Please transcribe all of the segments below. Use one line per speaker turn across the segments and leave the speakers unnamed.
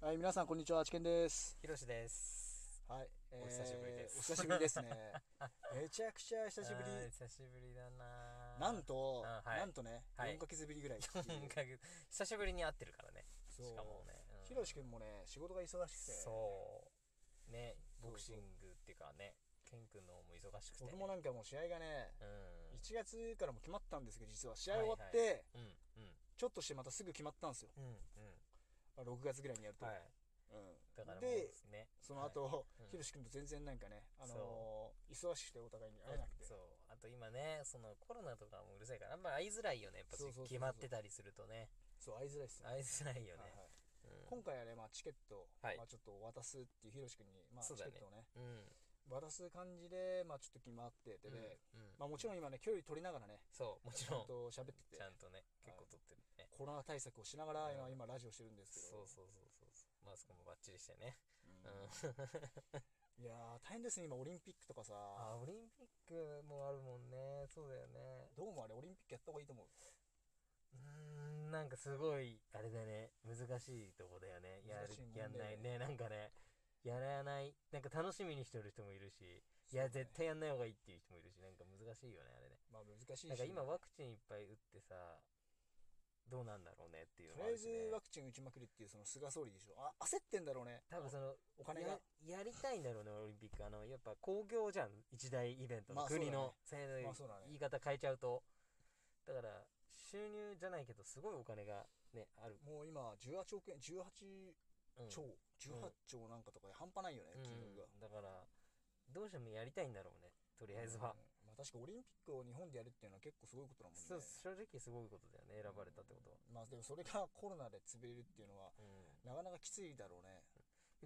はい、皆さん、こんにちは。ちけんです。
ひろしです。
はい、えー
お久しぶりです
お久しぶり ですね。めちゃくちゃ久しぶり
あ。ー久しぶりだなー。
なんと、
うんはい
なんとね、
はい
4ヶ月ぶりぐらいっていう
4ヶ月。久 しぶりに会ってるからね。
そう
しかもね。うん
ひろしくんもね、仕事が忙しくて、
そう。ね、
そう
ボクシングっていうかね、ケン君の方も忙しくて、ね。
僕もなんかもう試合がね、
うん。
1月からも決まったんですけど、実は試合終わって、
はいはいうん、うん。
ちょっとしてまたすぐ決まったんですよ。
うん、うん。
6月ぐらいにやると。
はい。
うん
だからもう
で
で、すね。
その後、
はいうん
ひろしくんと全然なんかね、あの
そ
ー忙しくてお互いに会えなくて。
そう。あと今ね、そのコロナとかもうるさいから、あんまり会いづらいよね。やっぱ
そうそうそうそう
決まってたりするとね。
そう、会いづらいっすね。
会いづらいよね。
はいはい
うん
今回はね、まあ、チケット、
はい
まあ、ちょっとお渡すっていうひろし君に、まあ、チ
そう
ケ
だね
ットをね
うん。
渡す感じで、まあ、ちょっと決まっててで、
うんうん
まあ、もちろん今ね距離取りながらね
そう、もち
ちゃ
ろ
ん
ん。
と喋ってて
ちゃんとね、結構撮ってるね。
コロナ対策をしながら今,、今ラジオしてるんですけ
そ
ど
うそうそうそうそう。マスクもバッチリしてね。
うん
うん。
いやー大変ですね今オリンピックとかさ
あ、オリンピックもあるもんね。そうだよね。
どうもあれオリンピックやった方がいいと思う
うーん、なんかすごい、あれだね。難しいとこだよね。や
難しいも
る
ん、だ
や
よ
ん
ね
ないね。なんかね、やらない。なんか楽しみにしてる人もいるし、いや、絶対やんない方がいいっていう人もいるし、なんか難しいよね、あれね。
まあ難しいし
なんか今ワクチンいっぱい打ってさ、どうなんだろうねっていうの
とりあ
もあ
え
るし
ず
ね
ワクチン打ちまくるっていうその菅総理でしょあ焦ってんだろうね
多分その
お金が
ややりたいんだろうねオリンピックあのやっぱ興行じゃん一大イベントの、
まあ
国の
まあそ
そうう
だ
だ
ね
ね言い方変えちゃうとだから収入じゃないけどすごいお金がねある、
もう今18億円18
うん
兆、18兆なんかとかで半端ないよね、
うん
金額が、
だからどうしてもやりたいんだろうねとりあえずは、
うんまあ、確かオリンピックを日本でやるっていうのは結構すごいことだもんね
そう正直すごいことだよね選ばれたってことは、
まあでもそれがコロナで潰れるっていうのは
う
なかなかきついだろうね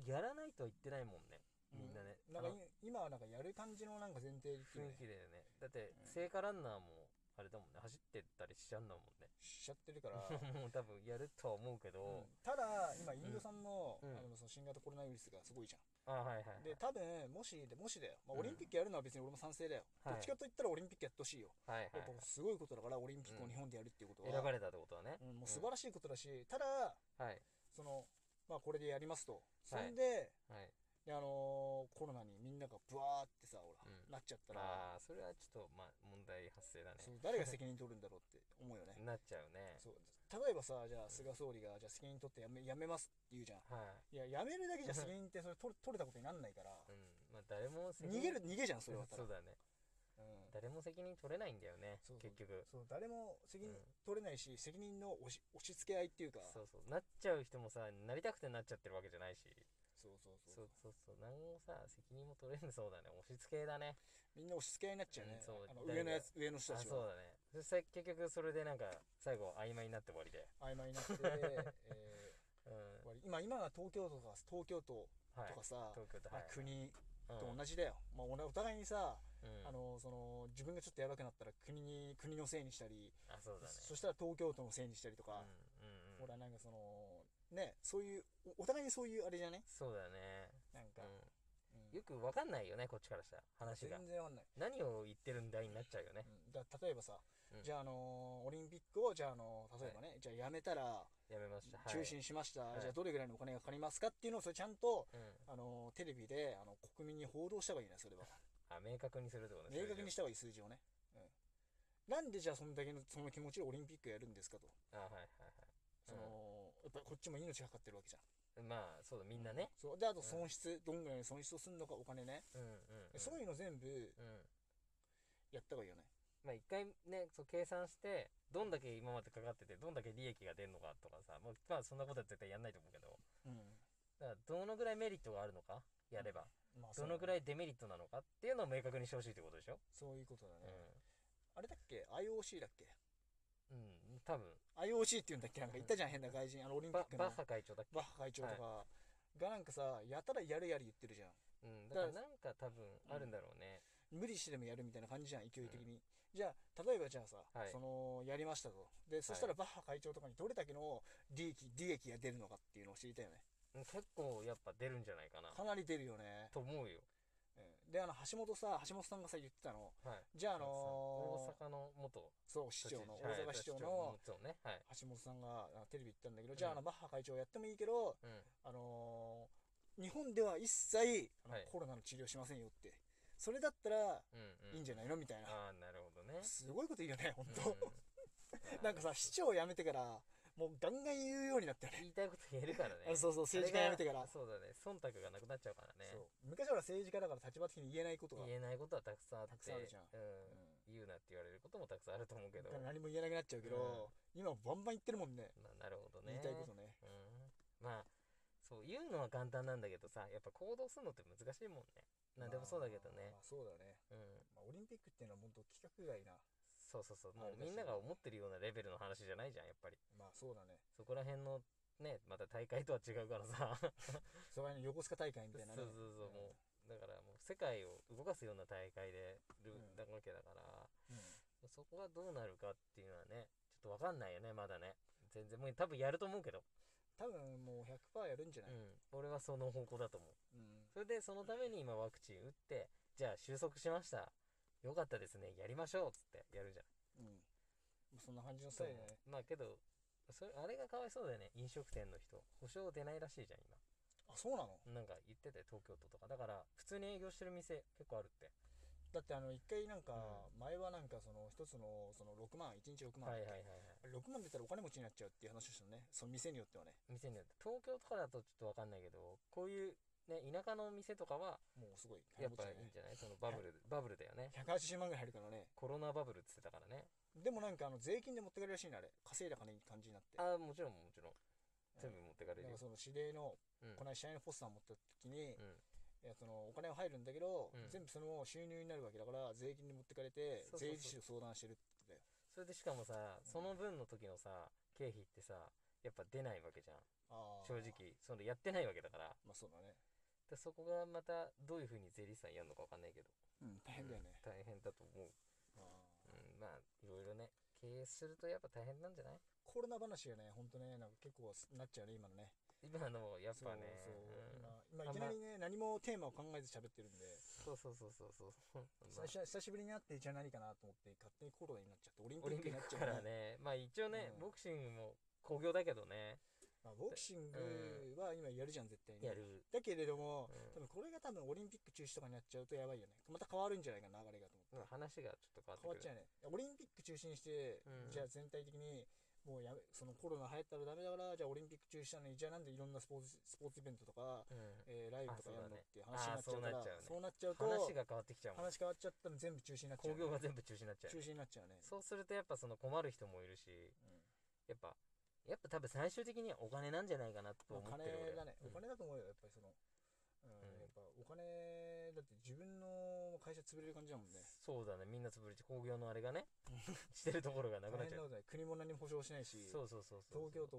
んやらないとは言ってないもんねみんなね、
なんかい今はなんかやる感じのなんか前提っていう
雰
の
囲
ね
気だよねだって聖火ランナーもあれだもんね走ってったりしちゃうんだもんね
しちゃってる から、
もう多分やるとは思うけど、
うんただ今インド産の,、
うん
あのその新型コロナウイルスがすごいじゃん
あはいはい、はい、
で多分もしでもしだよ、まあ、オリンピックやるのは別に俺も賛成だよ、
はい
どっちかといったらオリンピックやってほしいよ、
はいはい、
やっぱすごいことだからオリンピックを日本でやるっていうことは、
選ばれたってことはね、
うんもう素晴らしいことだし、ただ
はい
そのまあこれでやりますとそんで、
はい
であのーコロナにみんながブワーってさほら、
うん
なっちゃったら
ああそれはちょっとまあ問題発生だね
そう誰が責任取るんだろうって思うよね
なっち ゃうね
そう例えばさじゃあ菅総理がじゃあ責任取ってやめやめますって言うじゃん
はい
ややめるだけじゃ責任ってそれ取る取れたことになんないから
いうんまあ誰も責
逃げる逃げじゃんそれはただ
そうだね
うん
誰も責任取れないんだよね
そうそう
結局
そう誰も責任
うん
取れないし、責任の押し押し付け合いっていうか
そうそうなっちゃう人もさなりたくてなっちゃってるわけじゃないし
そうそうそう
そうそうそう何もさ責任も取れんそうだね押し付けだね
みんな押し付け合いになっちゃうね
うん、そう
あの上のやつ
誰が
上の人
あ
たち
そう
は
だねそして結局それでなんか最後曖昧になって終わりで
曖昧にな って、えー
うん
やっぱり今今は東京都とか東京都とかさ、
はい東京都
まあ
はい
国と同じだよ、まあ、おなお互いにさ、
うん
あのその自分がちょっとやばくなったら国に国のせいにしたり、
あそうだね
そしたら東京都のせいにしたりとか、
うんうんう
ほ
ん
らなんかそのねそういうおお互いにそういうあれじゃね
そうだね
なんか、うん
うんよくわかんないよねこっちからしたら話が
全然わかんない、
何を言ってるんだいになっちゃうよね
うんだ例えばさ、
うん
じゃあ、あのーオリンピックをじゃあ、あのー例えばね、じゃあやめたら
やめましたはい
中止にしました、
い
じゃあどれぐらいのお金がかかりますかっていうのをそれちゃんと、
うん
あのーテレビであの国民に報道した方がいいねそれは。
あ明確にするってことね
明確にした方がいい数字をね、うん、なんでじゃあそんだけのその気持ちでオリンピックやるんですかと
あはいはい
その、やっぱりこっちも命がかかってるわけじゃん
はいまあそうだみんなね
そうであと損失、どんぐらいの損失をするのかお金ね、
うんうん
そういうの全部
うんうん
やった方がいいよね
まあ一回ねそう計算してどんだけ今までかかっててどんだけ利益が出るのかとかさまあまあそんなことは絶対やんないと思うけど
うん
だからどのぐらいメリットがあるのかやれば
まあ
どのぐら
い
いデメリットなのかっていうのを明確にしてほしいってことでしょ
そういうことだ
う
ね、
ん
あれだっけ IOC だっけ
うん多分
IOC っていうんだっけなんか言ったじゃん変な外人あのオリンピッ
バ
クの
バッハ会長だっけ
バッハ会長とか、がなんかさやたらやるやる言ってるじゃん
うん、だからなんか多分あるんだろうね。
無理してでもやるみたいな感じじゃん勢い的に、じゃあ例えばじゃあさ、
はい
そのやりましたとでそしたらバッハ会長とかにどれだけの利益利益が出るのかっていうのを知りたいよね
うん結構やっぱ出るんじゃないかな。
かなり出るよね、
と思うよ。
うんであの橋本さ橋本さんがさ言ってたの
はい。
じゃああのー
大阪の元
そう、市長の、
都知
大阪市長
はい
の
都知そうねはい
橋本さんがあテレビ行ったんだけど、
ん
じゃああの、バッハ会長やってもいいけど、
うん
あのー日本では一切あの
はい
コロナの治療しませんよって。それだったら
うんうん
いいんじゃないのみたいな。
ああなるほどね
すごいこと言うよね、本当、
う
なんかさ、市長辞めてから、もうガンガン言うようになったよね。
言いたいこと言えるからね
あ そうそう、政治家辞めてから。
あそうだね忖度がなくなっちゃうからね
そう昔は政治家だから立場的に言えないことが、
言えないことはたくさんあって
たくさんあるじゃん
うん言うなって言われることもたくさんあると思うけ
だ
ど
から何も言えなくなっちゃうけど、今バンバン言ってるもんね
ななるほどね
言いたいことね
うんまあそう言うのは簡単なんだけどさやっぱ行動するのって難しいもんねなんでもそうだけどね
まあまあそうだね、
うん
まあ、オリンピックっていうのは本当規格外な
そうそうそう
あ
も
れ
う
だし
みんなが思ってるようなレベルの話じゃないじゃんやっぱり
まあそうだね
そこら辺のねまた大会とは違うからさそう
それの横須賀大会み
そ
た
う
いなね
そうもうだからもう世界を動かすような大会でる
うん
だわけだから、
うん、
そこがどうなるかっていうのはねちょっとわかんないよねまだね全然もう多分やると思うけど、
多分もう100%やるんじゃない、
うん、俺はその方向だと思う
うん
それでそのために今ワクチン打って、じゃあ収束しました。よかったですね。やりましょうっつってやるじゃん。
うんそんな感じのスタイルだね
まあけど、それあれがかわいそうだよね。飲食店の人。保証出ないらしいじゃん、
あそうなの
今。なんか言ってて、東京都とか。だから、普通に営業してる店結構あるって。
だってあの一回なんか
う
前はなんかその一つのその6万1日6万
はいはいはいはい。
6万出たらお金持ちになっちゃうっていう話をしたのねその店によってはね
店によって。東京とかだとちょっとわかんないけど、こういう、ね、田舎の店とかは、
もうすごい
や
金持ちだ
っぱい
よ
いん
ね
じゃないそのバ ブル、バブルだよね。
180万ぐらい入るからね
コロナバブルって言ってたからね。
でもなんかあの税金で持ってかれるらしいねあれ稼いだ金に感じになって
ああ、もちろんもちろん。全部持ってかれる
なん
よ
か。その指令の
うん
この間試合のポスター持った時に、
うん
いやそのお金は入るんだけど、
うん
全部そのまま収入になるわけだから税金に持ってかれて
そうそうそう
税理士と相談してるって言って
それでしかもさ、その分の時のさ、経費ってさ、やっぱ出ないわけじゃん。
たよあー
正直。そのやってないわけだから。
まあそうだね、
でそこがまた、どういうふうに税理士さんやるのかわかんないけど。
うん、大変だよね、
うん大変だと思う。
あー
うん、まあ、いろいろね、経営するとやっぱ大変なんじゃない
コロナ話がね本当ねなんか結構なっちゃうね今のね
今の、やっぱね。
そうそう、今
あん
今
ま
いきなりね何もテーマを考えず喋ってるんで
うんそうそうそうそうそう。ま
最初は久しぶりに会ってじゃあ何かなと思って勝手にコロナになっちゃってオリン
あオリ
ピ
ン
ックに
ピッ
なっち
ク
ゃ
か
うね
らね、まあ一応ね、
うん
ボクシングも興行だけどね、
まあ、ボクシングは今やるじゃん絶対に
やる。
だけれども、
うん
多分これが多分オリンピック中止とかになっちゃうとやばいよね。また変わるんじゃないかな、流れがと思って。
まあ話がちょっと変
変わ
わ
っ
っ
てち
く
ゃ
る。
うね。オリンピック中止にして、
うん
じゃあ全体的に、もうやめ、そのコロナ流行ったらダメだから、じゃあオリンピック中止したのに、じゃあなんでいろんなスポーツ、スポーツイベントとか、
うん
えーライブとかやるのっていう話になっちゃうから、
あ
そうなっちゃうと、
話が変わってきちゃうもん。
話変わっちゃったら全部中止になっちゃ
興
う、
行が全部中止になっちゃう
中。止になっちゃうね。
そうするとやっぱその困る人もいるし、
うん
やっぱ、やっぱ多分最終的にはお金なんじゃないかなと
まあ
思
お
っ
金
てる俺
だね、
うん
お金だと思うよ、やっぱりその、うん
うん
やっぱお金、だって自分の会社潰れる感じだもんね。
そうだね、みんな潰れて工業のあれがね、してるところがなくなっ
大
ち
変
ゃ
な
う。
ことない国も何も保証しないし、
そうそうそうそう。
東京都、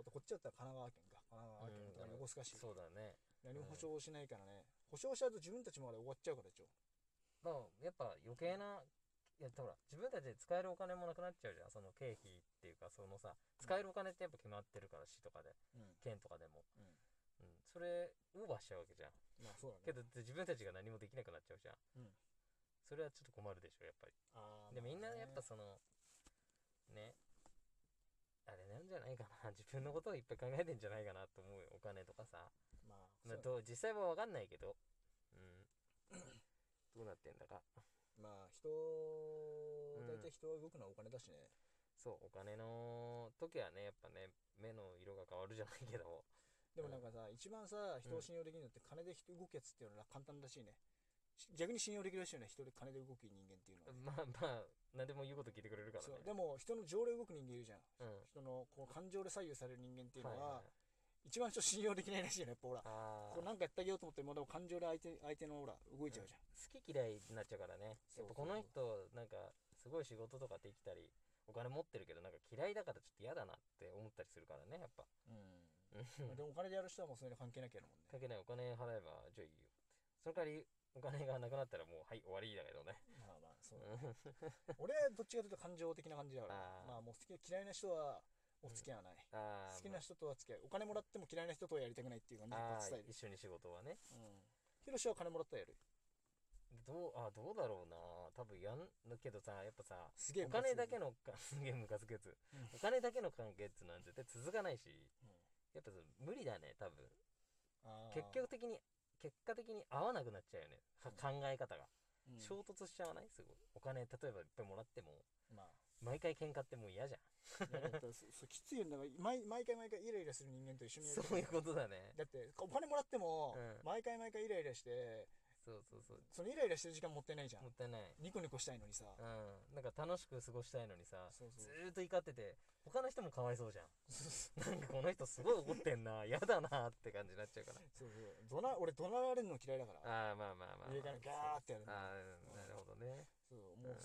あとこっちだったら神奈川県か、神奈川県
うん
だから横須賀市、
そうだね。
何も保証しないからね、保証しちゃうと自分たちもあれ終わっちゃうから、一応。
まあやっぱ余計な、いやほら、自分たちで使えるお金もなくなっちゃうじゃん。その経費っていうか、そのさ、使えるお金ってやっぱ決まってるから、市とかで、
うん
県とかでも。
うん
うん、それ、オーバーしちゃうわけじゃん。
まあそうだ
け
ね。
ど自分たちが何もできなくなっちゃうじゃん。
うん
それはちょっと困るでしょ、やっぱり。
あー
で、みんなやっ
ま
ぱ
あね
その、ね、あれなんじゃないかな。 自分のことをいっぱい考えてんじゃないかなと思うよ。お金とかさ。
まあ
まあ、
そう
どう実際はわかんないけど、 うん。どうなってんだか。
まあ人、
うん
大体人は動くのはお金だしね。
そう、お金の時はね、やっぱね、目の色が変わるじゃないけど、
でもなんかさ、一番さ、人を信用できるのって金で人動くやつっていうのは簡単らしいね。し逆に信用できるらしいよね、人で金で動く人間っていうのはね、
まあまあ、何でも言うこと聞いてくれるから
そう
ね。
でも人の情で動く人間いるじゃん。
うん。
人のこう感情で左右される人間っていうのは、
はいはい
一番ちょっと信用できないらしいよね、やっぱほら。
あ
こう
ー
なんかやってあげようと思っても、でも感情で相手相手のほら、動いちゃうじゃん。
好き嫌いになっちゃうからね。や
そう
っ
そ
ぱこ
う
の人、なんか、すごい仕事とかできたり、お金持ってるけど、なんか嫌いだからちょっと嫌だなって思ったりするからね、やっぱ。
うん。まあでもお金でやる人はもうそれに関係なきゃだもんね。
かけないお金払えば、じゃあいいよ。その代わり、お金がなくなったらもう、はい、終わりだけ どね。
まあまあ、そうだね。
うん
俺はどっちかというと感情的な感じだから、
あー
まあもう好き嫌いな人はお付き合いはない。
あー
好きな人とは付き合い、お金もらっても嫌いな人とはやりたくないっていう感じ
ま
の
ああ
スタイ
ー
ル。
一緒に仕事はね。
うん。ヒロシは金もらったらやる。
どう、あ、どうだろうな。多分やん、だけどさ、やっぱさ、
すげえ
お金だけ
の、
のか、すげえムカつくやつ
うん。
お金だけの関係ってなん絶対続かないし、
うん
やっぱその無理だね、多分。
あー
結局、的に、結果的に合わなくなっちゃうよね。か考え方が。
うん
衝突しちゃわないすごい。お金、例えばいっぱいもらっても、
まあ
毎回喧嘩ってもう嫌じゃん。
いやだってそそうきついよねだから毎毎回毎回イライラする人間と一緒にやる
そういうことだね。
だってお金もらっても、
うん
毎回毎回イライラして
そうそうそう。
そのイライラしてる時間もったいないじゃん
もったいない。
ニコニコしたいのにさ、
うん。なんか楽しく過ごしたいのにさ、
そうそう
ずーっと怒ってて、他の人もかわいそうじゃん。なん かこの人すごい怒ってんな、嫌だなって感じになっちゃうから。
そうそう怒鳴俺怒鳴られるの嫌いだから
ああ、まあまあまあ、まあ。
上からガーってやるの
ああ、なるほどね。
そうもう、
うん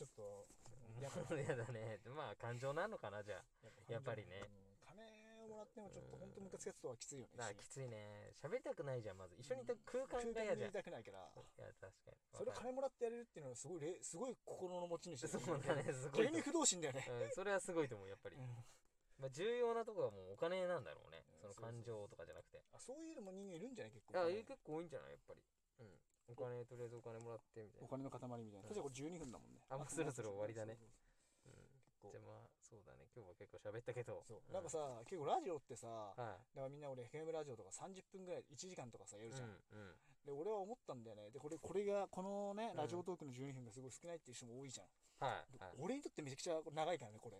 ちょっと
や
やっぱ
だね。まあ、感情なのかな、じゃあ。やっぱりね
うん金をもらってもちょっと本当ムカつくやつとはきついよね
まあ、
一
きついね。喋りたくないじゃん、まず。一緒にいた空間
緒に
が
空
嫌
間に
じ
言
ゃん。
い
いや、
たくないから
確かに。
それ
わかる
金もらってやれるっていうのはすごいれすごい心の持ち主だよ
そうだね、すごい
逆
と思
に不動心だよね、
う。うん、それはすごいと思う、やっぱり
う。ん
まあ、重要なとこはもうお金なんだろうね
うん。
そ
そ
の
うそう
感情とかじゃなくて。
あそういうのも人間いるんじゃない結
い
構
や、結構多いんじゃないやっぱり。うん。お金、とりあえずお金もらって、みたい
お
な。
金の塊みたいな。
う
そ
ん
したらこれ12分だもんね。
あもうそろそろ終わりだね
そうそう
う
そ
ん。じゃ
う。
あまあ、そうだね。今日は結構喋ったけど。
そう
う
なんかさ、結構ラジオってさ、だ
はい。
からみんな俺 FM ラジオとか30分ぐらい、1時間とかさ、やるじゃん。
うんうん
で、俺は思ったんだよね。で、これ、これが、このね
う、ん
ラジオトークの12分がすごい少ないっていう人も多いじゃん。
はい
で
はい
俺にとってめちゃくちゃ長いからね、これ。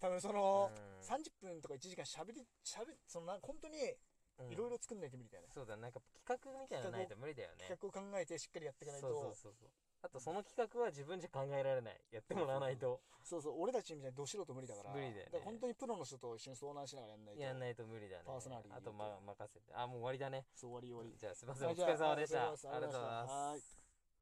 多分その、
うん
30分とか1時間しゃべり、しゃべそのな、本当に
うん
いろいろ作んないと無理だよね。
そうだなんか企画みたいなのないと無理だよね
企画を考えてしっかりやっていかないと、
そうそうそうそうあとその企画は自分じゃ考えられないやってもらわないと
そうそう俺たちみたいにど素人無理だから、
無理だよね
から本当にプロの人と一緒に相談しながらやんないと。
やんないと無理だね
パーソナリティ
あとま任せてあもう終わりだね
そう終わり終わり。
じゃあすいませんお
はいじゃ
疲
あ
れ様でしたあ
お疲れ様でした
りがとうございます
はい